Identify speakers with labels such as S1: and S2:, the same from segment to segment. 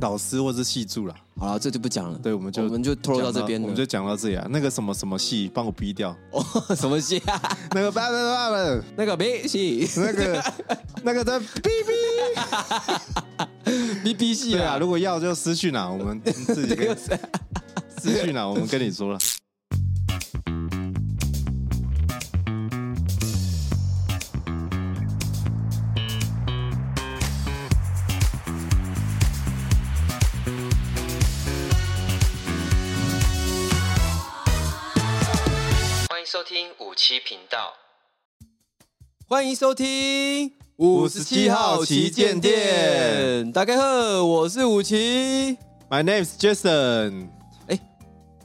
S1: 老师或是系助啦。
S2: 好了，这就不讲了。
S1: 对，我们就
S2: 我们就透露到
S1: 讲
S2: 这边了
S1: 我们就讲到这里啊。那个什么什么系，帮我逼掉
S2: 哦， 什么戏 啊？
S1: 那个爸爸爸爸，
S2: 那个 没戏，
S1: 那个那 个的逼
S2: 啊
S1: 逼。
S2: B B 戏
S1: 对啊，
S2: 啊。
S1: 如果要就私讯啊，我们 自己跟私讯啊，我们跟你说了。
S3: 欢迎收听五七频道。
S2: 欢迎收听
S1: 57号旗舰店，
S2: 大家好，我是五七。
S1: My name's Jason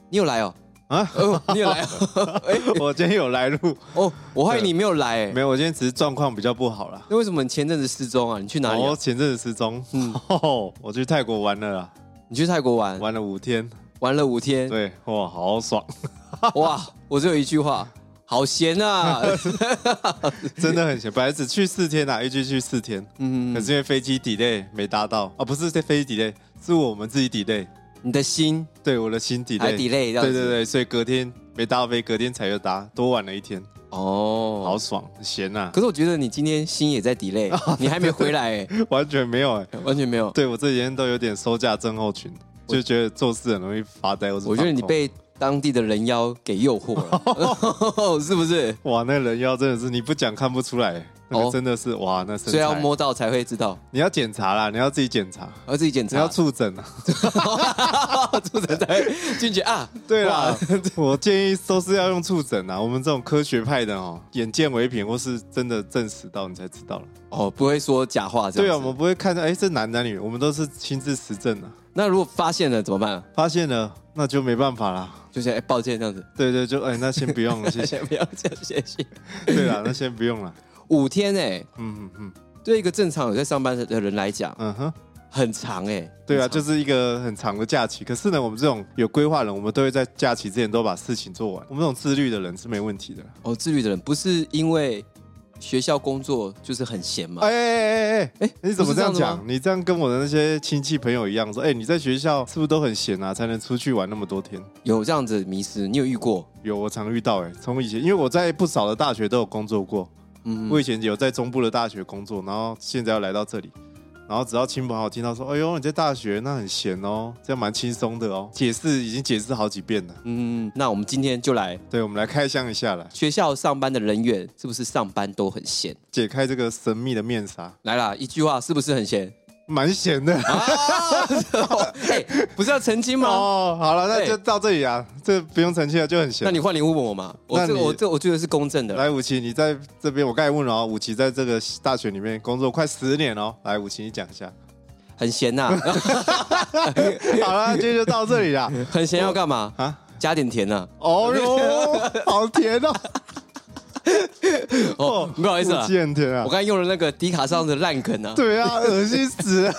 S2: 你有来哦？
S1: 啊，
S2: 哦，你有来 哦？哎、
S1: 我今天有来录，
S2: 哦，我怀疑你没有来、哎
S1: 啊没有，我今天只是状况比较不好啦。
S2: 那为什么你前阵子失踪啊？你去哪里啊、嗯
S1: 我前阵子失踪， 哦我去泰国玩了啦，
S2: 你去泰国玩，
S1: 玩了五天，
S2: 玩了五天。
S1: 对，哇，好爽，
S2: 哇，我只有一 句话，好闲啊！
S1: 真的很闲。本来只去四天啊，预计去四天，
S2: 嗯
S1: 可，是因为飞机 delay 没搭到啊，不是这飞机 delay，是我们自己 delay，
S2: 你的心
S1: 对我的心 delay，
S2: 还 delay 这样
S1: 对
S2: 子。
S1: 对对，所以隔天没搭到飞，隔天才又搭，多玩了一天，
S2: 哦，
S1: 好爽，很闲啊呐、
S2: 可是我觉得你今天心也在 delay，你还没回来、哎
S1: 完全没有哎、
S2: 完全没有。
S1: 对我这几天都有点收假症候群，就觉得做事很容易发呆。我
S2: 我觉得你被当地的人妖给诱惑 了，是不是？
S1: 哇，那人妖真的是你不讲看不出来、那
S2: 哦
S1: 个真的是、哇，那身
S2: 所以要
S1: 材
S2: 摸到才会知道，
S1: 你要检查啦，你要自己检查，
S2: 要自己检
S1: 你要
S2: 查，
S1: 触诊啊。
S2: 出诊才会进去啊。
S1: 对啦， 我建议都是要用触诊啊。我们这种科学派的哦，眼见为凭，或是真的证实到你才知道了。
S2: 哦，不会说假话这
S1: 对啊，
S2: 样
S1: 我
S2: 子。
S1: 们不会看到哎、这男男女，我们都是亲自实证啊。
S2: 那如果发现了怎么办？
S1: 发现了，那就没办法啦。
S2: 就是哎，抱歉这样子，
S1: 对对，就哎、那 先不用了，谢 谢。
S2: 不要这样，谢谢。
S1: 对啦，那先不用了。
S2: 五天哎，
S1: 嗯嗯嗯
S2: 对一个正常有在上班的人来讲，
S1: 嗯哼。
S2: 很长哎。
S1: 对啊，
S2: 很长
S1: 就是一个很长的假期。可是呢，我们这种有规划的人，我们都会在假期之前都把事情做完。我们这种自律的人是没问题的。
S2: 哦，自律的人不是因为学校工作就是很闲嘛
S1: 哎？哎哎哎哎
S2: 哎，
S1: 你怎么这样
S2: 不是这样的吗
S1: 讲？你这样跟我的那些亲戚朋友一样说，哎，你在学校是不是都很闲啊，才能出去玩那么多天？
S2: 有这样子迷失，你有遇过？
S1: 有，我常遇到哎、从以前，因为我在不少的大学都有工作过，
S2: 嗯，
S1: 我以前有在中部的大学工作，然后现在要来到这里，然后只要亲朋好友听到说，哎呦你在大学那很闲哦，这样蛮轻松的哦，解释已经解释好几遍了。
S2: 嗯，那我们今天就来
S1: 对，我们来开箱一下啦。
S2: 学校上班的人员是不是上班都很闲？
S1: 解开这个神秘的面纱，
S2: 来啦，一句话是不是很闲？
S1: 蛮闲的。
S2: 啊 哎，不是要澄清 吗？
S1: 哦，好了，那
S2: 对
S1: 就到这里啊，这不用澄清了，就很闲。
S2: 那你换你问我嘛，我
S1: 那
S2: 这
S1: 你
S2: 我这我觉得是公正的。
S1: 来，武奇，你在这边，我刚才问了哦，武奇在这个大学里面工作快十年哦。来，武奇，你讲一 下。
S2: 很闲呐、
S1: 好了，今天就到这里啦。
S2: 很闲要干嘛？
S1: 啊，
S2: 加点甜呐、
S1: 哦
S2: 哎
S1: 哟，好甜哦！
S2: 哦，不好意思啊
S1: 武，奇很甜啊
S2: 我。刚才用了那个迪卡上的烂梗啊。
S1: 对啊，恶心死 了，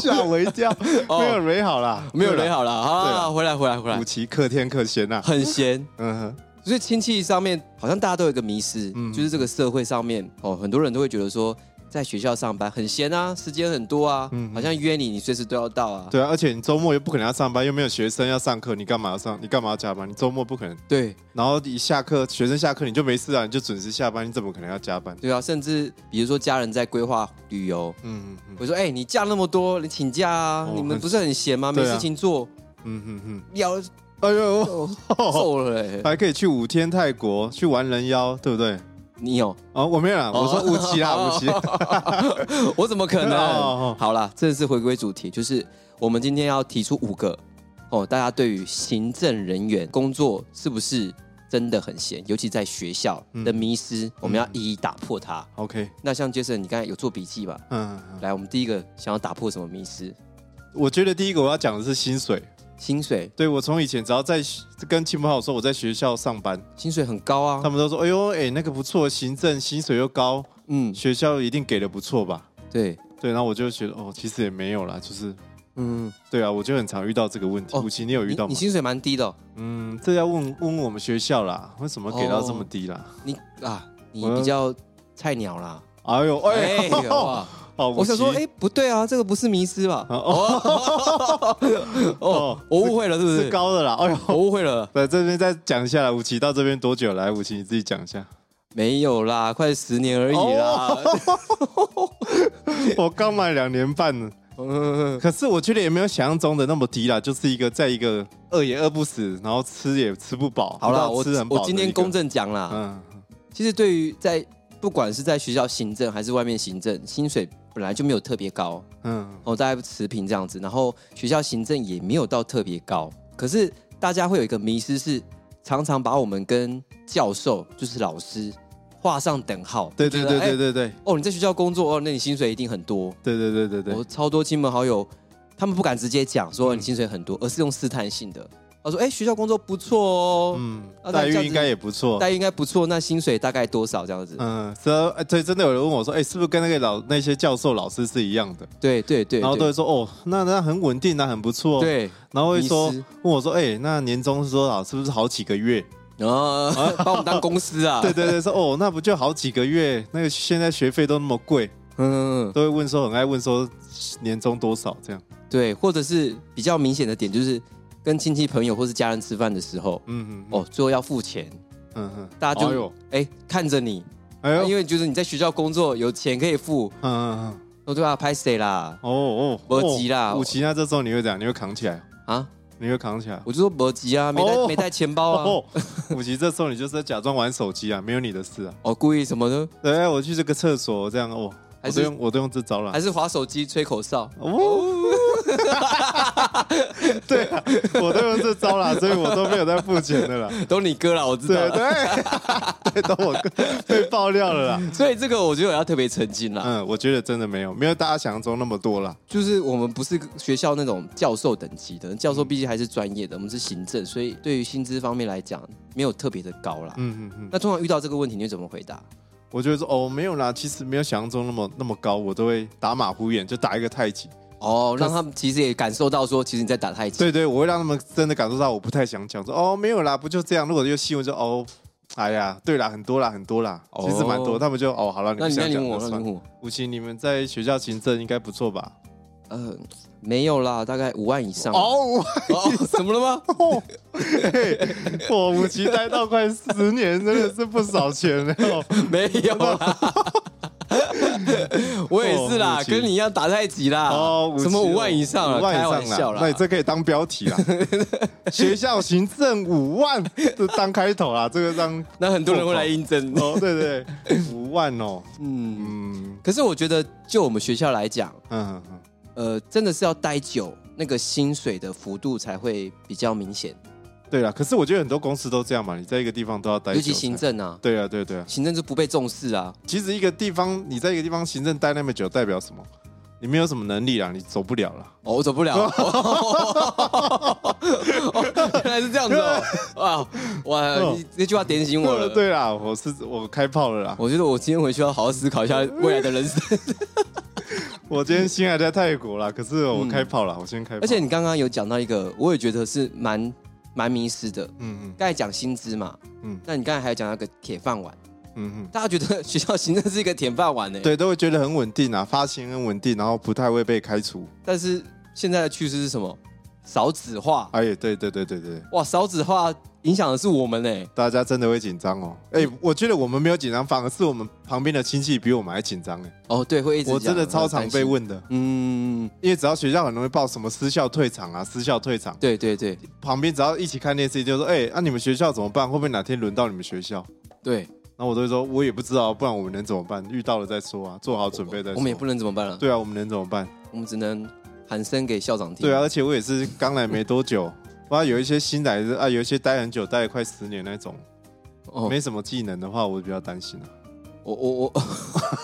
S1: 吓我一跳。
S2: 哦
S1: 没有蕊好啦，
S2: 没有
S1: 对
S2: 人
S1: 啦。
S2: 好了
S1: 对
S2: 啊，
S1: 了
S2: 回来回来回来
S1: 武，奇可甜可咸呐。
S2: 很闲。
S1: 啊嗯哼，
S2: 所以亲戚上面好像大家都有一个迷失，
S1: 嗯
S2: 就是这个社会上面哦，很多人都会觉得说，在学校上班很闲啊，时间很多啊，
S1: 嗯
S2: 好像约你，你随时都要到啊。
S1: 对啊，而且你周末又不可能要上班，又没有学生要上课，你干嘛要上？你干嘛要加班？你周末不可能。
S2: 对
S1: 然后一下课，学生下课你就没事啊，你就准时下班，你怎么可能要加班？
S2: 对啊，甚至比如说家人在规划旅游，
S1: 嗯嗯嗯
S2: 我说哎、你假那么多，你请假啊，
S1: 哦
S2: 你们
S1: 很
S2: 不是很闲吗？没
S1: 对啊
S2: 事情做，
S1: 嗯嗯嗯，
S2: 要
S1: 哎呦，
S2: 瘦了、欸。
S1: 还可以去五天泰国去玩人妖，对不对？
S2: 你有？
S1: 哦，我没有啦，
S2: 哦
S1: 我说五期 啦，五期。
S2: 我怎么可 能？
S1: 哦哦
S2: 好啦，这次回归主题，就是我们今天要提出五个哦，大家对于行政人员工作是不是真的很闲，尤其在学校
S1: 嗯
S2: 的迷失，我们要一一打破它。
S1: OK，
S2: 那像杰森，你刚才有做笔记吧？
S1: 嗯，嗯
S2: 来，我们第一个想要打破什么迷失？
S1: 我觉得第一个我要讲的是薪水。
S2: 薪水，
S1: 对我从以前只要在跟亲朋好友说我在学校上班，
S2: 薪水很高啊
S1: 他。们都说：“哎呦，哎，那个不错，行政薪水又高，
S2: 嗯，
S1: 学校一定给的不错吧
S2: 对，？”
S1: 对，然后我就觉得哦，其实也没有啦，就是
S2: 嗯，
S1: 对啊，我就很常遇到这个问题。
S2: 哦
S1: 武奇，你有遇
S2: 你
S1: 到
S2: 你
S1: 吗？
S2: 薪水蛮低的哦、
S1: 嗯，这要问问我们学校啦，为什么给到这么低啦？
S2: 你啊，你
S1: 我
S2: 比较菜鸟啦。
S1: 哎呦，哎
S2: 哎
S1: 呦，
S2: 哇，
S1: 好无
S2: 我想说，
S1: 稽
S2: 哎，不对啊，这个不是迷失 吧？哦，哦我误会了，是不
S1: 是
S2: 是？
S1: 高的啦，哎呦，
S2: 我误会了，
S1: 对，这边再讲一下啦，武奇到这边多久来？武奇你自己讲一 下。
S2: 没有啦，快十年而已啦。
S1: 哦我刚买两年半呢，
S2: 嗯
S1: 可是我觉得也没有想象中的那么低啦，就是一个在一个饿也饿不死，然后吃也吃不饱。
S2: 好啦，
S1: 不
S2: 我
S1: 知道吃很饱
S2: 我
S1: 的
S2: 今天
S1: 一个
S2: 公，正讲啦，
S1: 嗯，
S2: 其实对于在不管是在学校行政还是外面行政，薪水本来就没有特别高，
S1: 嗯，
S2: 哦，大概持平这样子。然后学校行政也没有到特别高，可是大家会有一个迷失是，常常把我们跟教授就是老师画上等号。
S1: 对对
S2: 就
S1: 对
S2: 觉得
S1: 对
S2: 哎
S1: 对对
S2: 哦，你在学校工作哦，那你薪水一定很多。
S1: 对对对对对嗯
S2: 我超多亲朋好友，他们不敢直接讲说你薪水很多，而是用试探性的，他说哎、学校工作不错哦，
S1: 嗯，
S2: 啊
S1: 待
S2: 那这样
S1: 遇
S2: 子
S1: 应该也不错。
S2: 待遇应该不错，那薪水大概多少这样子？
S1: 嗯，这哎对，真的有人问我说，哎，是不是跟那个老那些教授老师是一样的？
S2: 对对对，
S1: 然后都
S2: 对
S1: 会说，哦，那那很稳定，啊那很不错。，
S2: 对，
S1: 然后会说
S2: 迷失
S1: 问我说，哎，那年终是多少？是不是好几个月？
S2: 然后哦把我们当公司 啊，
S1: 对对对，说哦，那不就好几个月？那个现在学费都那么贵，
S2: 嗯，嗯，嗯
S1: 都会问说很爱问说年终多少这样。
S2: 对，或者是比较明显的点就是跟亲戚朋友或是家人吃饭的时候，
S1: 嗯嗯
S2: 哦，最后要付钱，
S1: 嗯嗯，
S2: 大家就
S1: 哎呦
S2: 哎看着你，啊
S1: 哎呦，嗯
S2: 因为就是你在学校工作有钱可以付，
S1: 嗯嗯，
S2: 哦对啊，拍谁啦
S1: 哦哦，
S2: 没急啦
S1: 哦武奇，那这时候你会怎样？你会扛起来，
S2: 啊？
S1: 你会扛起来。
S2: 我就说没急啊，没带、
S1: 哦
S2: 没带钱包啊，哦
S1: 哦， 武奇，这时候你就是在假装玩手机啊，没有你的事啊。
S2: 哦故意什么呢？
S1: 对，哎我去这个厕所这样哦，我
S2: 还
S1: 都
S2: 是
S1: 用我都用这招了
S2: 还。是划手机吹口哨？
S1: 哦， 对啊，我都用这招啦，所以我都没有在付钱的啦。
S2: 都你哥啦，我知道
S1: 对
S2: 了。
S1: 对 对，都我 被爆料了啦。
S2: 所以这个我觉得我要特别澄清啦，
S1: 嗯，我觉得真的没有，没有大家想象中那么多啦。
S2: 就是我们不是学校那种教授等级的，教授
S1: 嗯
S2: 毕竟还是专业的，我们是行政，所以对于薪资方面来讲，没有特别的高啦。
S1: 嗯嗯嗯，
S2: 那通常遇到这个问题，你会怎么回答？
S1: 我觉得说哦，没有啦，其实没有想象中那么那么高，我都会打马虎眼，就打一个太极。
S2: 哦，让他们其实也感受到说，其实你在打太极。
S1: 对对，我会让他们真的感受到我不太想讲，说哦没有啦，不就这样。如果有新闻就哦，哎呀，对啦，很多啦，很多啦，
S2: 哦
S1: 其实蛮多。他们就哦好了，你
S2: 那
S1: 不
S2: 你那
S1: 想
S2: 你
S1: 讲
S2: 问我，
S1: 就
S2: 那
S1: 算
S2: 你
S1: 了。
S2: 问我，
S1: 吴奇，你们在学校行政应该不错吧？
S2: 呃，没有啦，大概五万以上。 哦，
S1: 哦，
S2: 怎么了吗？
S1: 嘿我吴奇待到快十年，真的是不少钱了。
S2: 没有啦。 我也是
S1: 哦
S2: 啦，
S1: 五级
S2: 跟你一样打太极啦。
S1: 哦，
S2: 啊什么五万以上
S1: 五
S2: 了？
S1: 万以
S2: 开
S1: 上
S2: 玩笑啦。
S1: 那你这可以当标题 啦。学校行政五万，这当开头啦，这个当
S2: 那很多人会来应征。
S1: 哦，对对，对五万哦，
S2: 嗯，
S1: 嗯
S2: 可是我觉得就我们学校来讲，
S1: 嗯嗯
S2: 呃，真的是要待久，那个薪水的幅度才会比较明显，
S1: 对啦。可是我觉得很多公司都这样嘛，你在一个地方都要待，
S2: 尤其行。政啊，
S1: 对啊，对对啊，
S2: 行政就不被重视啊。
S1: 其实一个地方你在一个地方行政待那么久，代表什么？你没有什么能力啦，你走不了啦。
S2: 哦，我 走不了。哦原来是这样子 哦！哇哇，
S1: 哦
S2: 你这句话点醒我了。，
S1: 对啦，我是我开炮了啦。
S2: 我觉得我今天回去要好好思考一下未来的人生。
S1: 我今天心还在泰国啦，可是我开炮了，我先开炮。
S2: 而且你刚刚有讲到一个，我也觉得是蛮蛮迷失的。
S1: 嗯，嗯
S2: 刚才讲薪资嘛，
S1: 嗯
S2: 嗯，那你刚才还有讲到一个铁饭碗，
S1: 嗯嗯。
S2: 大家觉得学校行政是一个铁饭碗欸呢？，
S1: 对，都会觉得很稳定啊，发行很稳定，然后不太会被开除。
S2: 但是现在的趋势是什么？少子化。
S1: 哎，对对对对对，
S2: 哇，少子化影响的是我们欸呢。
S1: 大家真的会紧张哦。哎，
S2: 嗯
S1: 我觉得我们没有紧张，反而是我们旁边的亲戚比我们还紧张哎。
S2: 哦，对，会一直
S1: 我真的
S2: 讲
S1: 超常被。问的，
S2: 嗯，
S1: 因为只要学校很容易报什么私校退场啊，私校退场，
S2: 对对对
S1: 旁边只要一起看电视就说，哎，那、你们学校怎么办？会不会哪天轮到你们学校？
S2: 对，
S1: 然后我都会说，我也不知道，不然我们能怎么办？遇到了再说啊，做好准备再说。
S2: 我们也不能怎么办了，
S1: 对啊，我们能怎么办？
S2: 我们只能喊声给校长听。
S1: 对啊，而且我也是刚来没多久， 哇，有一些新来的啊，有一些待很久，待了快十年那种，
S2: 哦，
S1: 没什么技能的话，我比较担心啊。
S2: 我我我，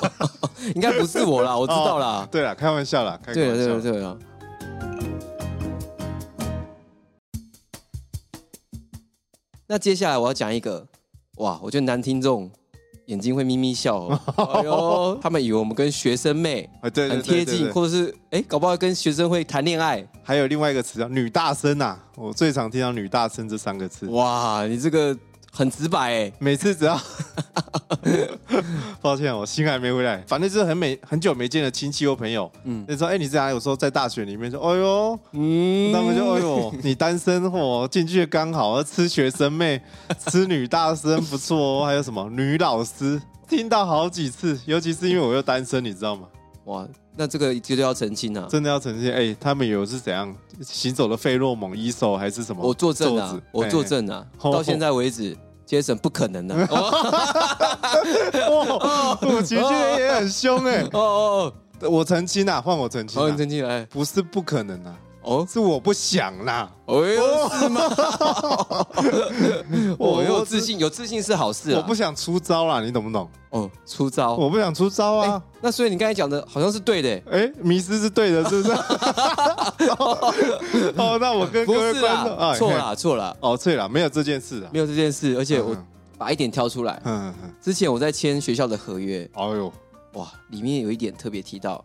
S2: 应该不是我啦，我知道啦。
S1: 哦对啦，开玩笑啦，开个
S2: 对了
S1: 玩
S2: 对了
S1: 笑。
S2: 对啊了，那接下来我要讲一个，哇，我觉得男听众眼睛会眯眯笑 哦，哎呦，他们以为我们跟学生妹
S1: 啊，对，对
S2: 很贴近，。
S1: 对对对
S2: 或者是哎，搞不好跟学生会谈恋爱。
S1: 还有另外一个词叫女大生啊，我最常听到女大生这三个字。
S2: 哇，你这个很直白哎，
S1: 每次 只要，抱歉，我心还没回来。反正就是很美很久没见的亲戚或朋友，嗯，就说哎、你在哪里？我说在大学里面。说哎呦，
S2: 嗯，
S1: 他们就哎呦，你单身货进去刚好，吃学生妹， 吃女大生不错哦。还有什么女老师，听到好几次，尤其是因为我又单身，你知道吗？
S2: 哇，那这个就要澄清啊，
S1: 真的要呈现哎、他们有是怎样行走的费洛蒙一手还是什么？
S2: 我作证
S1: 皱
S2: 啊
S1: 子，
S2: 我作、证啊，
S1: 嘿
S2: 到现在为止，杰森不可 能的。哦
S1: 哎 哦，我其实也很凶哎、
S2: 哦哦
S1: 我澄清啊，换我澄
S2: 哦，
S1: 清、
S2: 哦，
S1: 啊
S2: 你，澄清来，
S1: 不是不可能啊，
S2: 哦，
S1: 是我不想啦。
S2: 哎
S1: 哦
S2: 呦，是吗？我哦有自
S1: 信，
S2: 信，有自信是好事啊。
S1: 我不想出招啦，你懂不懂？
S2: 哦，出招。哎
S1: 我不想出招啊。
S2: 那所以你刚才讲的好像是对的，欸
S1: 哎、迷失是对的， 是不是？哦，那我跟各
S2: 不
S1: 位
S2: 是
S1: 观众，哎
S2: 啦，错
S1: 嘿，
S2: 啦，错啦，
S1: 哦，对了，没有这件事啊。
S2: 没有这件事。而且我
S1: 嗯
S2: 把一点挑出来，
S1: 嗯，嗯
S2: 之前我在签学校的合约，
S1: 嗯哎呦
S2: 哇，里面有一点特别提到，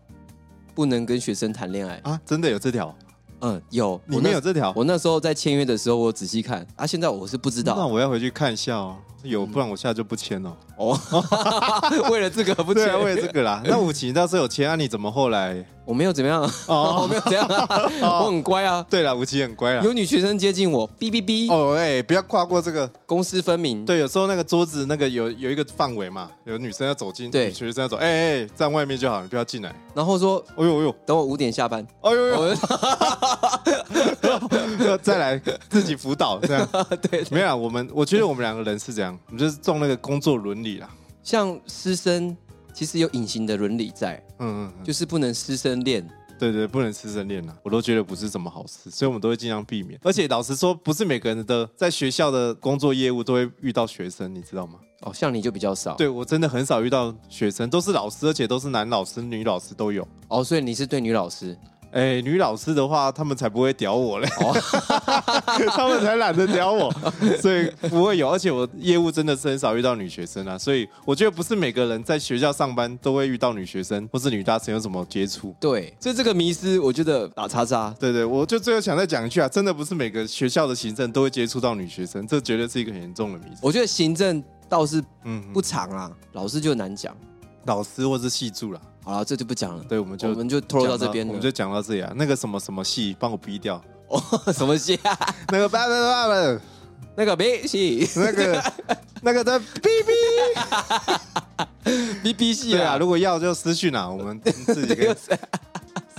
S2: 不能跟学生谈恋爱。
S1: 啊，真的有这条，
S2: 嗯，有，我
S1: 里
S2: 那
S1: 面有这条，
S2: 我那时候在签约的时候，我仔细看啊，现在我是不知
S1: 那
S2: 道
S1: 我要回去看一下哦，有，不然我下就不签了。
S2: 哦。 为了这个不
S1: 对
S2: 签
S1: 啊，，为了这个 啦。那武奇你倒是有签啊，你怎么后来？
S2: 我没有怎么样，
S1: 哦，
S2: 我没有怎样啊，我很乖啊。
S1: 对了，武奇很乖啦。
S2: 有女学生接近我，哔哔哔，
S1: 哦，哎，不要跨过这个。
S2: 公私分明。
S1: 对，有时候那个桌子那个有有一个范围嘛，有女生要走进，
S2: 对
S1: 女学生要走，哎哎，站外面就好，你不要进来。
S2: 然后说
S1: 哎呦哎呦，
S2: 等我五点下班，
S1: 哎呦哎
S2: 我
S1: 呦， 再来自己辅导这样。
S2: 对，
S1: 没有啦，啊我们我觉得我们两个人是这样，我们就是重那个工作伦理啦。
S2: 像师生其实有隐形的伦理在，
S1: 嗯嗯嗯，
S2: 就是不能师生恋。
S1: 对对，不能师生恋啦，我都觉得不是什么好事，所以我们都会尽量避免。而且老实说，不是每个人的在学校的工作业务都会遇到学生，你知道吗？
S2: 哦，像你就比较少，，
S1: 对我真的很少遇到学生，都是老师，而且都是男老师、女老师都有。
S2: 哦，所以你是对女老师，
S1: 哎，女老师的话，他们才不会屌我嘞，他们才懒得屌我，所以不会有。而且我业务真的是很少遇到女学生啊，所以我觉得不是每个人在学校上班都会遇到女学生或是女大生有什么接触。
S2: 对，所以这个迷失，我觉得打叉叉，
S1: 对对，我就最后想再讲一句啊，真的不是每个学校的行政都会接触到女学生，这绝对是一个很严重的迷思。
S2: 我觉得行政倒是
S1: 嗯，
S2: 不长啊，老师就难讲。
S1: 老师或是系助啦，
S2: 好了，这就不讲了，
S1: 对，我们就
S2: 我们就透露到这边
S1: 我
S2: 了
S1: 们。就讲到这里啊。那个什么什么系，帮我逼掉。
S2: 哦， 什么戏啊？
S1: 那个爸爸爸爸，
S2: 那个 没戏，
S1: 那个那个的逼逼。
S2: B B 戏
S1: 对啊，
S2: 啊。
S1: 如果要就私讯啊，我 们自己
S2: 这个
S1: 跟
S2: 是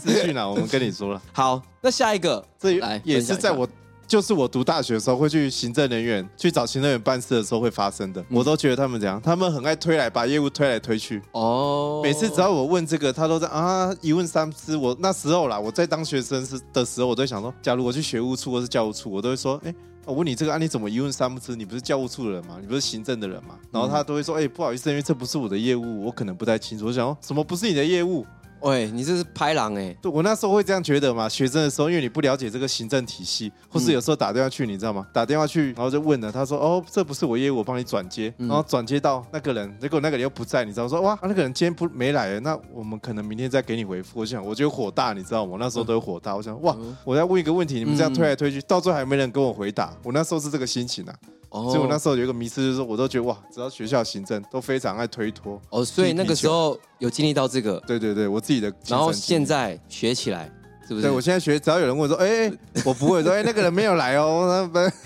S1: 私讯啊，我们跟你说了。
S2: 好，那下一个
S1: 这
S2: 来
S1: 也
S2: 分享
S1: 是
S2: 一下
S1: 在我就是我读大学的时候会去行政人员去找行政人员办事的时候会发生
S2: 嗯
S1: 的。我都觉得他们怎样，他们很爱推来把业务推来推去。
S2: 哦，
S1: 每次只要我问这个，他都在啊一问三不知。我那时候啦，我在当学生是的时候，我都会想说，假如我去学务处或是教务处，我都会说，哎、我问你这个案例怎么一问三不知？你不是教务处的人吗？你不是行政的人吗？然后他都会说，哎、不好意思，因为这不是我的业务，我可能不太清楚。我想说，什么不是你的业务？
S2: 喂，你这是拍狼哎、
S1: 对，我那时候会这样觉得嘛，学生的时候，因为你不了解这个行政体系，或
S2: 嗯
S1: 是有时候打电话去，你知道吗？打电话去，然后就问了，他说：“哦，这不是我业务，我帮你转接。
S2: 嗯
S1: 然后转接到那个人，结果那个人又不在，你知道，说哇，那个人今天不没来了，那我们可能明天再给你回复。我想，我就火大，你知道吗？我那时
S2: 嗯
S1: 候都会火大，我想哇，我在问一个问题，你们这样推来推去，到最后还没人跟我回答，我那时候是这个心情啊。
S2: 哦，
S1: 所以我那时候有一个迷失，就是我都觉得哇，只要学校行政都非常爱推脱。
S2: 哦，所以那个时候有经历到这个，
S1: 对对对，我自己的亲身经历。
S2: 然后现在学起来，是不是？
S1: 对，我现在学，只要有人问我说：“哎、 哎我不会。”说：“哎、那个人没有来哦， 那不，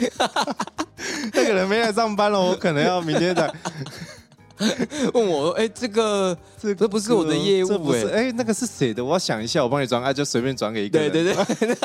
S1: 那个人没来上班了，我可能要明天再。
S2: 问我，哎、这 个
S1: 这
S2: 这不是我的业务
S1: 这不是
S2: 哎
S1: 哎、那个是谁的？我要想一下，我帮你转，哎、就随便转给一个
S2: 对
S1: 人。
S2: 对对，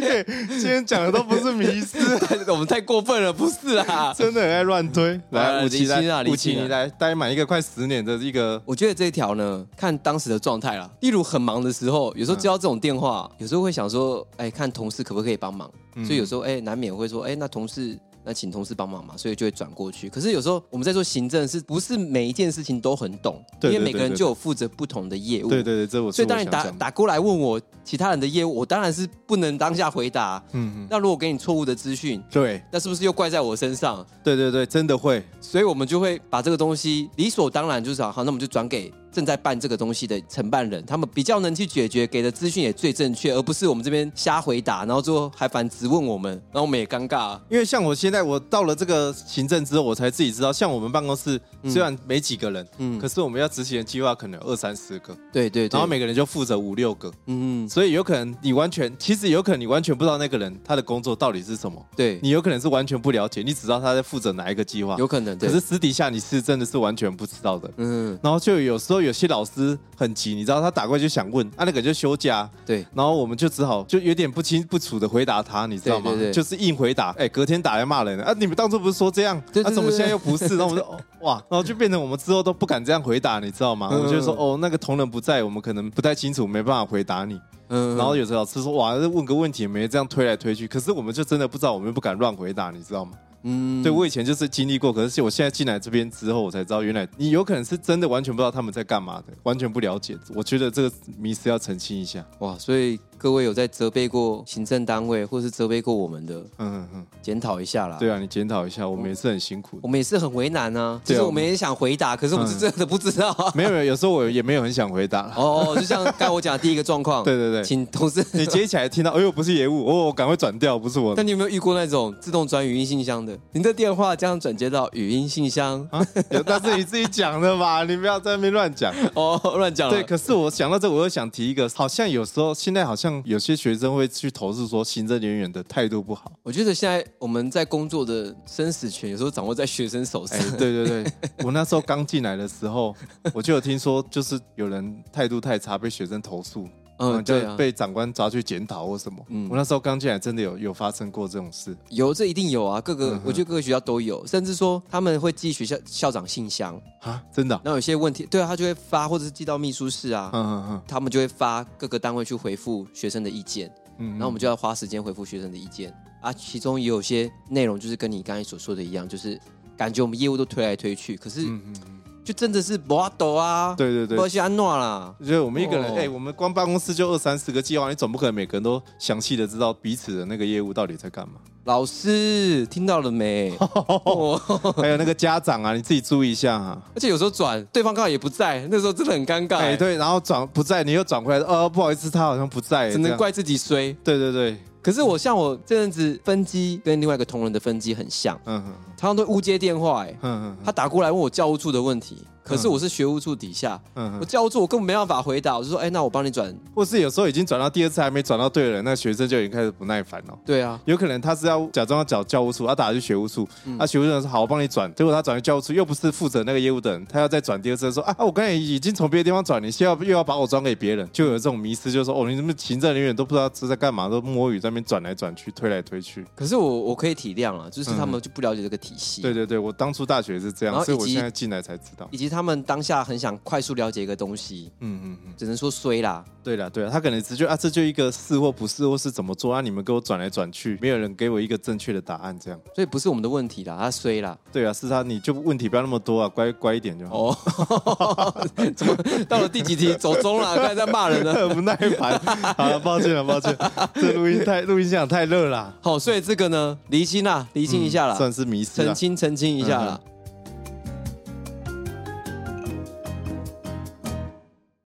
S1: 对，今天讲的都不是迷思，
S2: 太我们太过分了，不是啊啦。
S1: 真的很爱乱推。
S2: 好
S1: 来，
S2: 了
S1: 武奇
S2: 理 清啊
S1: 来，
S2: 理
S1: 武奇
S2: 清啊
S1: 你来待满一个快十年的一个，
S2: 我觉得这一条呢，看当时的状态啦。例如很忙的时候，有时候接到这种电话，有时候会想说，哎、看同事可不可以帮忙。所以有时候，哎、难免会说，哎、那同事，那请同事帮忙嘛，所以就会转过去。可是有时候我们在做行政，是不是每一件事情都很懂？
S1: 对对
S2: 因为每个
S1: 对
S2: 人
S1: 对
S2: 就有负责不同的业务。
S1: 对对对，这我
S2: 所以当
S1: 是
S2: 你
S1: 我
S2: 打
S1: 想讲的
S2: 打过来问我其他人的业务，我当然是不能当下回答。
S1: 嗯嗯，
S2: 那如果给你错误的资讯，
S1: 对
S2: 那是不是又怪在我身上？
S1: 对对对，真的会，
S2: 所以我们就会把这个东西理所当然，就是好，好那我们就转给正在办这个东西的承办人，他们比较能去解决，给的资讯也最正确，而不是我们这边瞎回答，然后最后还反质问我们，然后我们也尴尬、啊。
S1: 因为像我现在我到了这个行政之后，我才自己知道，像我们办公室虽然没几个人，
S2: 嗯
S1: 可是我们要执行的计划可能有二三十个，
S2: 对对对，
S1: 然后每个人就负责五六个，
S2: 嗯嗯
S1: 所以有可能你完全，其实有可能你完全不知道那个人他的工作到底是什么，
S2: 对，
S1: 你有可能是完全不了解，你只知道他在负责哪一个计划，
S2: 有可能
S1: 可
S2: 对，
S1: 是私底下你是真的是完全不知道的。
S2: 嗯
S1: 然后就有时候有些老师很急，你知道他打过来就想问，啊那个就休假，
S2: 对嗯
S1: 然后我们就只好就有点不清不楚的回答他，你知道吗？
S2: 对对对
S1: 就是硬回答，哎、隔天打来骂人了啊！你们当初不是说这样，
S2: 对对
S1: 啊、怎么
S2: 对对
S1: 现在又不是？然后我们说、哦、 哇，然后就变成我们之后都不敢这样回答，你知道吗？
S2: 嗯
S1: 我就说哦，那个同仁不在，我们可能不太清楚，没办法回答你。
S2: 嗯，
S1: 然后有时候老师说哇，这问个问题也没这样推来推去，可是我们就真的不知道，我们又不敢乱回答，你知道吗？
S2: 嗯
S1: 对我以前就是经历过，可是我现在进来这边之后，我才知道原来你有可能是真的完全不知道他们在干嘛的，完全不了解。我觉得这个迷思要澄清一下。
S2: 哇，所以各位有在责备过行政单位，或是责备过我们的，
S1: 嗯嗯嗯，
S2: 检讨一下啦。
S1: 对啊，你检讨一下，我们也是很辛苦
S2: 我
S1: 的。
S2: 们也是很为难啊，其
S1: 对啊
S2: 实我们也想回答，可是我们是真的不知道 啊。
S1: 没有没有，有时候我也没有很想回答 啦。
S2: 哦，就像刚才我讲的第一个状况，
S1: 对对对
S2: 请同事。
S1: 你接起来听到，哎呦，不是业务，哦，赶快转掉，不是我
S2: 那。你有没有遇过那种自动转语音信箱的？您的电话将转接到语音 信箱。
S1: 啊，有那是你自己讲的吧？ 你不要在那边乱讲。
S2: 哦，乱讲了。
S1: 对，可是我想到这，我又想提一个，好像有时候现在好像有些学生会去投诉说行政人员的态度不好。
S2: 我觉得现在我们在工作的生死权有时候掌握在学生手 上
S1: 哎。，对对对，我那时候刚进来的时 候，我就有听说，就是有人态度太差被学生投诉，
S2: 嗯，
S1: 哦就
S2: 对啊，
S1: 被长官抓去检讨或什么。
S2: 嗯
S1: 我那时候刚进来，真的有有发生过这种事。
S2: 有这一定有啊，各个
S1: 嗯哼
S2: 我觉得各个学校都有，甚至说他们会寄学校校长信箱，
S1: 啊，真的啊、
S2: 那有些问题，对啊，他就会发，或者是寄到秘书室啊，
S1: 嗯嗯嗯
S2: 他们就会发各个单位去回复学生的意见，
S1: 嗯，
S2: 然后我们就要花时间回复学生的意见啊。其中也有些内容就是跟你刚才所说的一样，就是感觉我们业务都推来推去，可是
S1: 嗯嗯嗯，
S2: 就真的是不阿斗啊，，
S1: 对对对
S2: 不。是安诺啦，
S1: 就是我们一个人，哎、
S2: 哦
S1: 我们光办公室就二三十个计划，你总不可能每个人都详细的知道彼此的那个业务到底在 干嘛。
S2: 老师听到了没？ 哦
S1: 还有那个家长啊，你自己注意一下啊。
S2: 而且有时候转对方刚好也不在，那时候真的很尴尬、
S1: 哎、对，然后转不在，你又转回来，呃，不好意思，他好像不在，
S2: 只
S1: 这
S2: 能
S1: 样。
S2: 怪自己衰。
S1: 对对对，
S2: 可是我像我这阵子分机跟另外一个同仁的分机很像，
S1: 嗯嗯
S2: 常常都误接电话、哎，
S1: 嗯嗯
S2: 他打过来问我教务处的问题，可是我是学务处底下，
S1: 嗯
S2: 我
S1: 嗯，
S2: 教务处我根本没办法回答，我就说，哎、那我帮你转。
S1: 或是有时候已经转到第二次还没转到对的人，那学生就已经开始不耐烦了。
S2: 对啊，
S1: 有可能他是要假装要找教务处，他、打去学务处，
S2: 嗯
S1: 啊，学务处说好，我帮你转，结果他转去教务处，又不是负责那个业务的人，他要再转第二次说啊，我刚才已经从别的地方转，你现在又要把我转给别人，就有这种迷失，就是说哦，你怎么行政人员都不知道这在干嘛，都摸鱼在那边转来转去，推来推去。
S2: 可是我我可以体谅啊，就是他们就不了解这个体系，
S1: 对对对，我当初大学是这
S2: 然
S1: 样，
S2: 后
S1: 所以
S2: 以
S1: 我
S2: 及
S1: 现在进来才知道。
S2: 以及他们当下很想快速了解一个东西，
S1: 嗯嗯嗯，
S2: 只能说衰啦。
S1: 对了对了，他可能只觉得啊，这就一个是或不是，或是怎么做啊，你们给我转来转去，没有人给我一个正确的答案，这样。
S2: 所以不是我们的问题啦，他衰啦。
S1: 对啊，是他，你就问题不要那么多啊，乖乖一点就好。
S2: 哦，怎么 到了第几题走中 了？刚才在骂人呢。
S1: 很不耐烦。好了，抱歉了，抱歉，这录音太录音现场太热啦，
S2: 好，所以这个呢，厘清啦，厘清一下啦，
S1: 算是迷失
S2: 澄
S1: 了。
S2: 清澄清一下啦。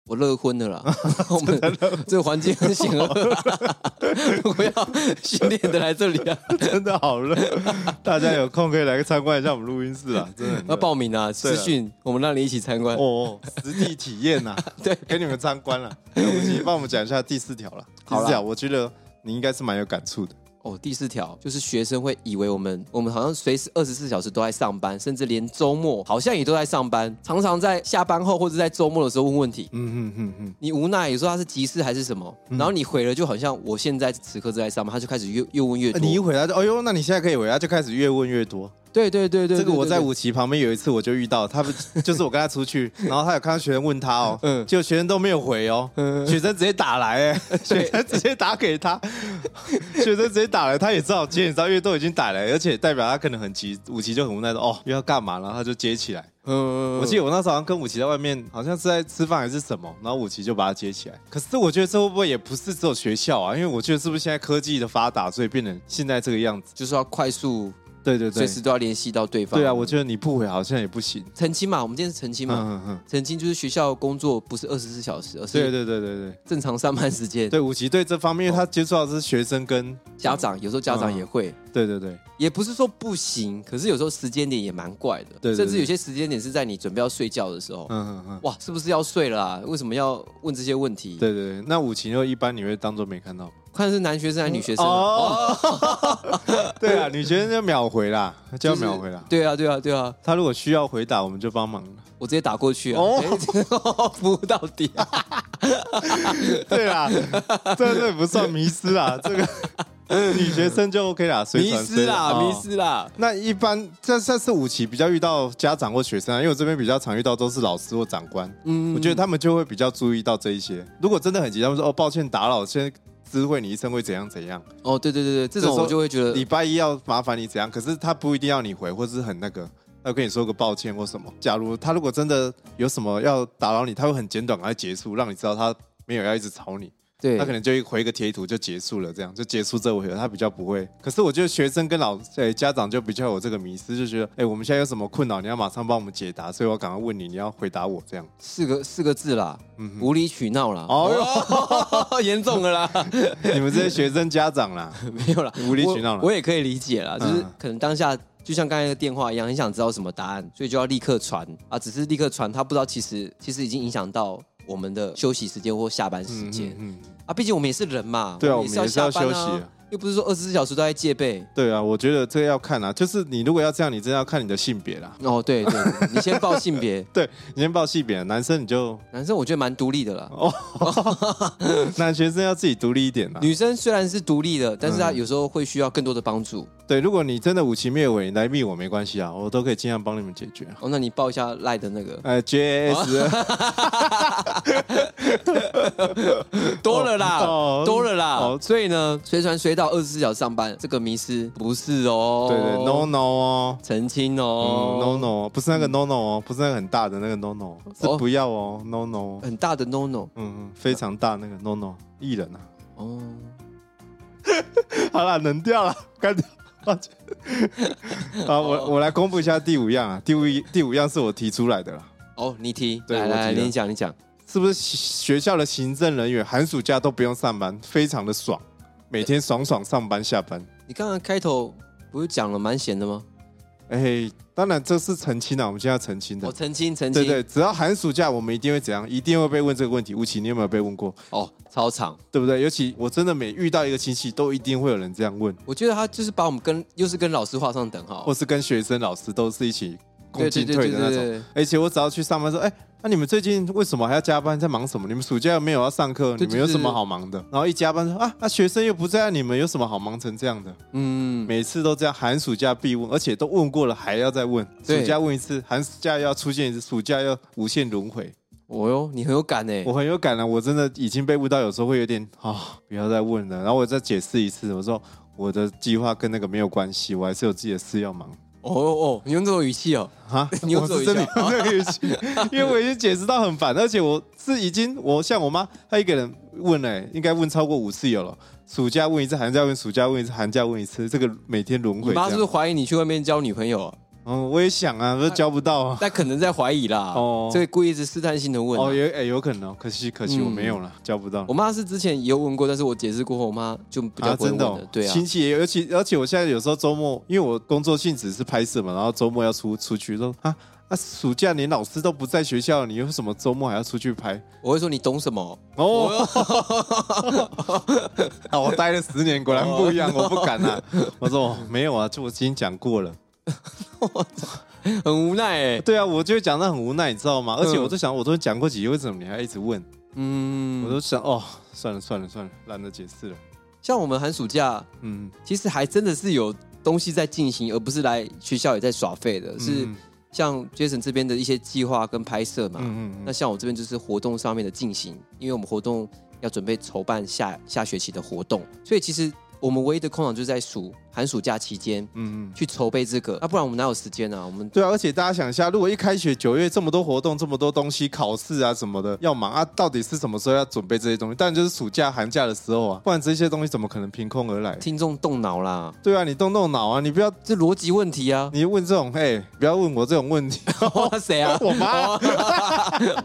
S2: 我乐昏了啦，我们这个环境很险 恶啦，不要训练的来这里啊，
S1: 真的好热，大家有空可以来参观一下我们录音室啊，真的很热
S2: 要报名啊，私讯我们让你一起参观。
S1: 哦，实地体验 呐、
S2: 对，
S1: 给你们参观了。那我们请帮我们讲一下第四条了。第
S2: 好啦
S1: 四条，我觉得你应该是蛮有感触的。
S2: 哦，第四条就是学生会以为我们我们好像随时二十四小时都在上班，甚至连周末好像也都在上班，常常在下班后或者在周末的时候问问题。
S1: 嗯嗯嗯嗯，
S2: 你无奈，有时候他是急事还是什么，然后你回了，就好像我现在此刻正在上班，他就开始越越问越
S1: 呃
S2: 多。
S1: 你一回答就，哎呦，那你现在可以回答，就开始越问越多。
S2: 对对对对，
S1: 这个
S2: 对
S1: 我在
S2: 对
S1: 五期旁边有一次我就遇到，他们就是我跟他出去，然后他有看到学生问他哦，
S2: 嗯
S1: 结果学生都没有回哦，学生直接打来，哎，
S2: 对
S1: 学生直接打给他，学生直接打来，他也知道接，你知道，因为都已经打来，而且代表他可能很急，五期就很无奈说哦，又要干嘛，然后他就接起来。
S2: 嗯，
S1: 我记得我那时候好像跟武奇在外面，好像是在吃饭还是什么，然后武奇就把他接起来。可是我觉得这会不会也不是只有学校啊？因为我觉得是不是现在科技的发达，所以变成现在这个样子？
S2: 就是要快速
S1: 对对
S2: 随
S1: 对，
S2: 时都要联系到对方。
S1: 对啊，我觉得你不回好像也不行。
S2: 澄清嘛，我们今天是澄清
S1: 嗯
S2: 嘛，
S1: 嗯嗯，
S2: 澄清就是学校工作不是二十四小时，而
S1: 对
S2: 是
S1: 对对对对
S2: 正常上班时间。
S1: 对，五级对这方面，因为他接触到的是学生跟，
S2: 家长有时候家
S1: 嗯
S2: 长也会，
S1: 对对对
S2: 也不是说不行，可是有时候时间点也蛮怪的，
S1: 对对
S2: 甚至有些时间点是在你准备要睡觉的时候，
S1: 嗯嗯嗯，
S2: 哇，是不是要睡了、啊？为什么要问这些问题？
S1: 对对对。那五级又一般你会当做没看到吗？
S2: 看是男学生还是女学生、
S1: 哦
S2: 哦，
S1: 对啊，女学生就秒回啦，就要秒回啦。
S2: 对啊，对啊，对啊，
S1: 他如果需要回答，我们就帮忙了。
S2: 我直接打过去啊，
S1: 哦
S2: 哦、服务到底、 啊。
S1: 对啦，这这不算迷失啦，这 个女学生就 OK 啦，随
S2: 迷
S1: 传
S2: 失啦，
S1: 随
S2: 迷。
S1: 哦
S2: 失啦。
S1: 那一般这这次五期比较遇到家长或学生啊，因为我这边比较常遇到都是老师或长官，
S2: 嗯
S1: 我觉得他们就会比较注意到这一些。如果真的很急，他们说哦抱歉打扰，先知会你一声会怎样怎样，
S2: 哦，对对对对，这
S1: 这时
S2: 种
S1: 候
S2: 我就会觉
S1: 礼
S2: 得，
S1: 拜一要麻烦你怎样，可是他不一定要你回，或是很那个。要跟你说个抱歉或什么。假如他如果真的有什么要打扰你，他会很简短赶快结束，让你知道他没有要一直吵你。
S2: 对
S1: 他可能就一回一个贴图就结束了，这样就结束这回合，他比较不会。可是我觉得学生跟老诶、家长就比较有这个迷失，就觉得哎、诶我们现在有什么困扰，你要马上帮我们解答，所以我赶快问你，你要回答我这 样。
S2: 四个四个字啦，无理取闹啦，
S1: 嗯哦
S2: 哦，严重了啦，
S1: 你们这些学生家长啦，
S2: 没有啦，
S1: 无理取闹啦
S2: 我，我也可以理解啦，就是
S1: 嗯
S2: 可能当下。就像刚才那个电话一样，很想知道什么答案，所以就要立刻传啊！只是立刻传，他不知道其实其实已经影响到我们的休息时间或下班时间、
S1: 嗯嗯，嗯
S2: 啊！毕竟我们也是人嘛，
S1: 对啊
S2: 下
S1: 我
S2: 班
S1: 们也是要休息啊
S2: 又不是说二十四小时都在戒备。
S1: 对啊，我觉得这个要看啊，就是你如果要这样，你真的要看你的性别啦。
S2: 哦，对对，你先报性别，
S1: 对，你先报性别，男生你就
S2: 男生我觉得蛮独立的啦，
S1: 哦男学生要自己独立一点啦。
S2: 女生虽然是独立的，但是
S1: 嗯
S2: 她有时候会需要更多的帮助。
S1: 对，如果你真的武器灭尾，你来密我没关系啊，我都可以尽量帮你们解决啊。
S2: 哦，那你报一下赖的那 个，
S1: 呃，JAS
S2: 多了啦，
S1: 哦
S2: 嗯多了啦。
S1: 哦
S2: 所以呢，随传随到，二十四小时上班，这个迷失不是哦。
S1: 对对，no no 哦。
S2: 澄清
S1: 嗯
S2: 哦、
S1: ，no no，不是那个 no no 哦，不是那个很大的那个 no no，是不要哦，no no，
S2: 很大的 no no
S1: 嗯，嗯非常大那个 no no，艺人啊，
S2: 哦。
S1: 好啦，冷掉了， 干掉。抱歉好，我我来公布一下第五样啊，第五一第五样是我提出来的啦，
S2: 哦，你提，
S1: 对
S2: 来
S1: 我
S2: 来，
S1: 提的
S2: 你讲你讲，
S1: 是不是学校的行政人员寒暑假都不用上班，非常的爽，每天爽爽上班下班。
S2: 你刚刚开头不是讲了蛮闲的吗？
S1: 哎、当然这是澄清啊，我们现在要澄清的。
S2: 哦，澄清澄清，
S1: 对对，只要寒暑假，我们一定会怎样？一定会被问这个问题。吴奇，你有没有被问过？
S2: 哦，超长。
S1: 对不对？尤其我真的每遇到一个亲戚，都一定会有人这样问，
S2: 我觉得他就是把我们跟又是跟老师画上等号
S1: 或，是跟学生、老师都是一起共进退的那
S2: 对对对对对
S1: 种
S2: 对。
S1: 而且我只要去上班说，哎，那你们最近为什么还要加班？在忙什么？你们暑假又没有要上课，你
S2: 对对
S1: 们有什么好忙的？然后一加班说啊，那学生又不在，你们有什么好忙成这样的？
S2: 嗯，
S1: 每次都这样，寒暑假必问，而且都问过了还要再问，
S2: 对
S1: 暑假问一次，寒暑假又要出现一次，暑假又无限轮回。
S2: 哦哟，你很有感哎，
S1: 我很有感了，啊我真的已经被误到，有时候会有点啊、不要再问了。然后我再解释一次，我说我的计划跟那个没有关系，我还是有自己的事要忙。
S2: 哦哦哦，你用这种语气哦，
S1: 啊！
S2: 你有
S1: 我
S2: 走
S1: 是
S2: 一
S1: 真的
S2: 下
S1: 有这个语气，因为我已经解释到很烦，而且我是已经我像我妈，她一个人问了、应该问超过五次有了。暑假问一次，寒假问，暑假问一次，寒假问一次，这个每天轮
S2: 你
S1: 回。
S2: 妈是不是？怀疑你去外面交女朋友啊？
S1: 嗯，我也想啊，可是交不到啊。
S2: 但可能在怀疑啦，
S1: 哦
S2: 哦，所以故意是试探性的问啊、嗯
S1: 哦，有哎、有可能哦，可惜可惜我没有了，交不到
S2: 我。妈是之前也有问过，但是我解释过后，我妈就比较
S1: 啊，
S2: 不会
S1: 真
S2: 问
S1: 的
S2: 了，
S1: 哦、
S2: 对啊，
S1: 亲戚也有，尤其而且我现在有时候周末，因为我工作性质是拍摄嘛，然后周末要出出去，说啊啊，暑假连老师都不在学校，你为什么周末还要出去拍？
S2: 我会说你懂什么？
S1: 哦， 啊，我待了十年，果然不一样，我不敢啊。 我说哦没有啊，就我已经讲过了。
S2: 很无奈哎、
S1: 对啊，我就讲的很无奈，你知道吗？而且我就想，我都讲过几句，为什么你还一直问？我
S2: 嗯，
S1: 都想，哦，算了算了算了，懒得解释了。
S2: 像我们寒暑假，
S1: 嗯，
S2: 其实还真的是有东西在进行，而不是来学校也在耍废的，是
S1: 嗯
S2: 像 Jason 这边的一些计划跟拍摄嘛。
S1: 嗯嗯
S2: 那像我这边就是活动上面的进行，因为我们活动要准备筹办下下学期的活动，所以其实我们唯一的空档就是在暑寒暑假期间
S1: 嗯嗯。
S2: 去筹备这个，那、不然我们哪有时间啊？我们
S1: 对啊，而且大家想一下，如果一开学九月这么多活动、这么多东西、考试啊什么的要忙啊，到底是什么时候要准备这些东西？当然就是暑假、寒假的时候啊，不然这些东西怎么可能凭空而来？
S2: 听众动脑啦，
S1: 对啊，你动动脑啊，你不要
S2: 这逻辑问题 啊！
S1: 你问这种，哎、不要问我这种问题。
S2: 哇谁啊？
S1: 我妈，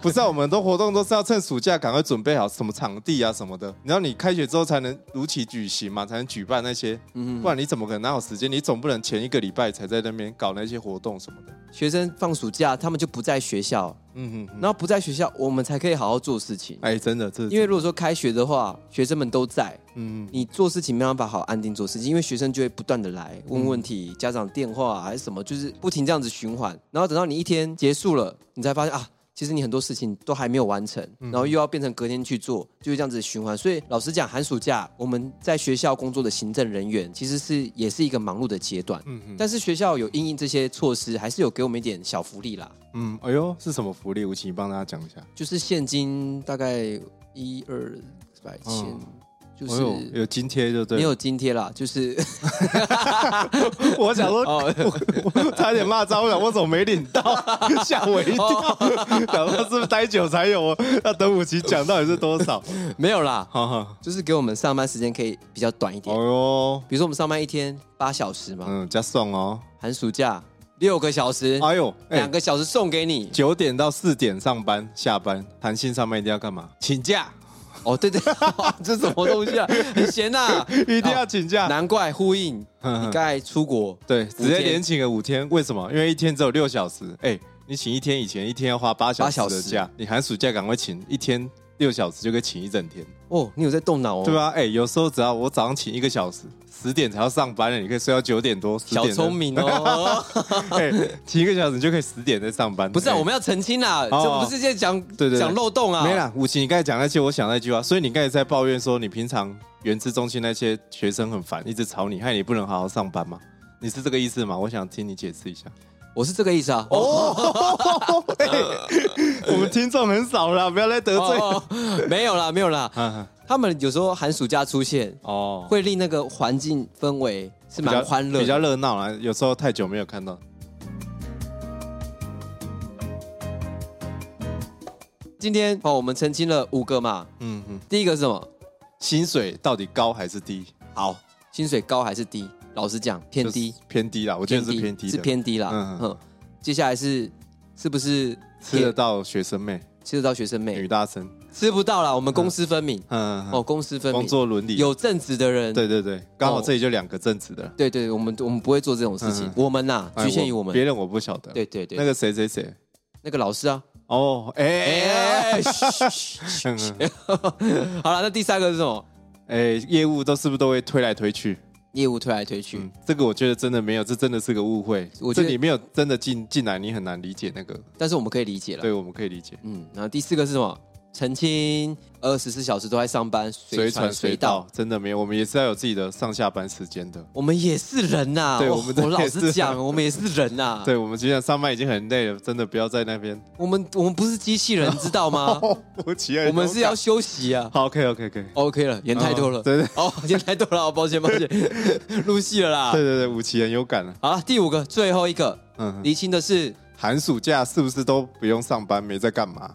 S1: 不是啊，我们很多活动都是要趁暑假赶快准备好什么场地啊什么的，然后你开学之后才能如期举行嘛，才能举办那些，
S2: 嗯
S1: 不然你怎么可能哪有时间？你总不能前一个礼拜才在那边搞那些活动什么的。
S2: 学生放暑假，他们就不在学校，
S1: 嗯嗯，
S2: 然后不在学校，我们才可以好好做事情。
S1: 哎、真的，这
S2: 因为如果说开学的话，学生们都在，
S1: 嗯，
S2: 你做事情没办法好安定做事情，因为学生就会不断的来问问题，家长电话、啊、还是什么，就是不停这样子循环。然后等到你一天结束了，你才发现啊，其实你很多事情都还没有完成，
S1: 嗯
S2: 然后又要变成隔天去做，就是这样子循环。所以老实讲，寒暑假我们在学校工作的行政人员其实是也是一个忙碌的阶段。
S1: 嗯嗯
S2: 但是学校有因应这些措施，还是有给我们一点小福利啦，
S1: 嗯，哎呦，是什么福利？吴奇，你帮大家讲一下。
S2: 就是现金大概一二百千，
S1: 嗯
S2: 就
S1: 哎呦
S2: 是
S1: 有津贴就对
S2: 没
S1: 了。
S2: 有津贴啦，就是
S1: 我想说，
S2: 哦
S1: 我我差点骂脏，我想我怎么没领到，
S2: 哦
S1: 吓我一 跳。然后是不是待久才有？那等武奇讲到底是多 少？
S2: 没有啦，
S1: 哈哈，
S2: 就是给我们上班时间可以比较短一
S1: 哎
S2: 点。
S1: 呦，
S2: 比如说我们上班一天八小时嘛，
S1: 嗯，加送哦。
S2: 寒暑假六个小时，
S1: 哎呦，哎、
S2: 两个小时送给 你。
S1: 九点到四点上班，下班弹性上班一定要干嘛？请假，
S2: 哦，对对， 这什么东西啊？很闲呐，
S1: 一定要请假。
S2: 难怪呼应你
S1: 嗯嗯
S2: 刚才出国，
S1: 对，直接
S2: 天
S1: 连请个五天，为什么？因为一天只有六小时。哎、你请一天以前，一天要花八小
S2: 八小
S1: 时的
S2: 时
S1: 假，你寒暑假赶快请一天六小时就可以请一整天，
S2: 哦，你有在动脑哦，
S1: 对？吧、哎、有时候只要我早上请一个小时，十点才要上班了，你可以睡到九点多。10
S2: 小
S1: 点
S2: 聪
S1: 才，
S2: 明哦，
S1: 哎、请一个小时你就可以十点再上班。
S2: 不是啊，
S1: 哎
S2: 我们要澄清啦，
S1: 哦
S2: 这不是在讲
S1: 对对
S2: 讲漏洞啊，
S1: 没，啦，武奇，你刚才讲那些，我想那句话，所以你刚才在抱怨说你平常原资中心那些学生很烦，一直吵你，害你不能好好上班吗？你是这个意思吗？我想听你解释一下。
S2: 我是这个意思啊。哦，
S1: 哦， 我们听众很少啦，不要再得罪。
S2: 哦哦没有啦，没有啦，
S1: 嗯
S2: 他们有时候寒暑假出现，
S1: 哦，
S2: 会令那个环境氛围是
S1: 比较
S2: 蛮欢乐的，
S1: 比较热闹啦。有时候太久没有看到，
S2: 今天哦，我们澄清了五个嘛。
S1: 嗯嗯，
S2: 第一个是什么？
S1: 薪水到底高还是低？
S2: 好，薪水高还是低？老实讲，偏低
S1: 就，是偏低啦，我觉得是偏低的，
S2: 是偏低啦。
S1: 嗯
S2: 嗯接下来是是不是
S1: 吃得到学生妹、
S2: 吃得到学生
S1: 女
S2: 妹？
S1: 大生，
S2: 吃不到啦，我们公私分明、
S1: 嗯，
S2: 哦，公私分明。
S1: 工作伦理，
S2: 有正职的人，
S1: 对对对，刚好
S2: 哦
S1: 这里就两个正职的。
S2: 对对，我们我们不会做这种事情，
S1: 嗯
S2: 我们呐、
S1: 哎
S2: 局限于我们。
S1: 别人我不晓得。
S2: 对对对，
S1: 那个谁谁谁，
S2: 那个老师啊，
S1: 哦，哎，
S2: 哎，嘘嘘
S1: 嗯嗯
S2: 好了，那第三个是什么？
S1: 哎，业务都是不是都会推来推去？
S2: 业务推来推去，
S1: 嗯，这个我觉得真的没有，这真的是个误会。
S2: 我
S1: 这
S2: 觉得啊
S1: 里没有真的进进来，你很难理解那个。
S2: 但是我们可以理解了。
S1: 对，我们可以理解。
S2: 嗯，然后第四个是什么？澄清，二十四小时都在上班，
S1: 随
S2: 随
S1: 传
S2: 传
S1: 随
S2: 随
S1: 到
S2: 到。，
S1: 真的没有，我们也是要有自己的上下班时间的。
S2: 我们也是人呐、
S1: 对
S2: 哦
S1: 我们
S2: 我老
S1: 也是
S2: 实讲，我们也是人呐、
S1: 对，我们今天上班已经很累了，真的不要在那边。
S2: 我们我们不是机器人，知道吗？
S1: 哦， 我起来，
S2: 啊我们是要休息啊。
S1: 好，OK OK OK。
S2: OK 了，言太多了。
S1: 哦对对
S2: 哦，言太多了，抱歉抱歉， 入戏了啦。
S1: 对对对，武奇很有感了。
S2: 好了，第五个，最后一个，
S1: 嗯，
S2: 厘清的是，
S1: 寒暑假是不是都不用上班，没在干嘛？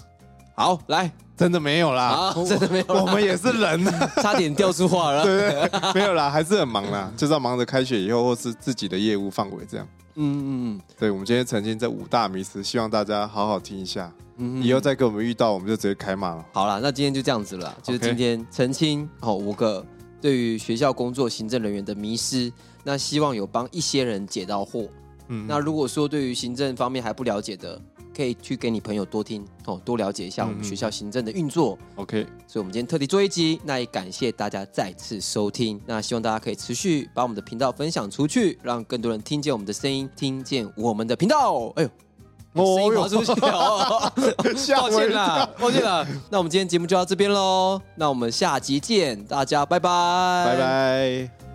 S2: 好来，
S1: 真的没有啦
S2: 啊，真的没有啦
S1: 我们也是人 呐、
S2: 差点掉出话 了。
S1: 对对对，没有啦，还是很忙啦，就是要忙着开学以后或是自己的业务范围这样。
S2: 嗯嗯
S1: 对，我们今天澄清这五大迷思，希望大家好好听一下，
S2: 嗯
S1: 以后再跟我们遇到，我们就直接开骂了。
S2: 好啦，那今天就这样子了啦，就是
S1: OK
S2: 今天澄清哦五个对于学校工作行政人员的迷失，那希望有帮一些人解到惑。
S1: 嗯，
S2: 那如果说对于行政方面还不了解的，可以去给你朋友多听哦，多了解一下我
S1: 嗯嗯
S2: 们学校行政的运作。
S1: OK，
S2: 所以，我们今天特地做一集，那也感谢大家再次收听。那希望大家可以持续把我们的频道分享出去，让更多人听见我们的声音，听见我们的频道。哎呦，
S1: 哦
S2: 声音跑出去哦！
S1: 吓
S2: 抱
S1: 我一
S2: 歉啦
S1: 跳，
S2: 抱歉啦。那我们今天节目就到这边喽，那我们下集见，大家拜拜，
S1: 拜。拜。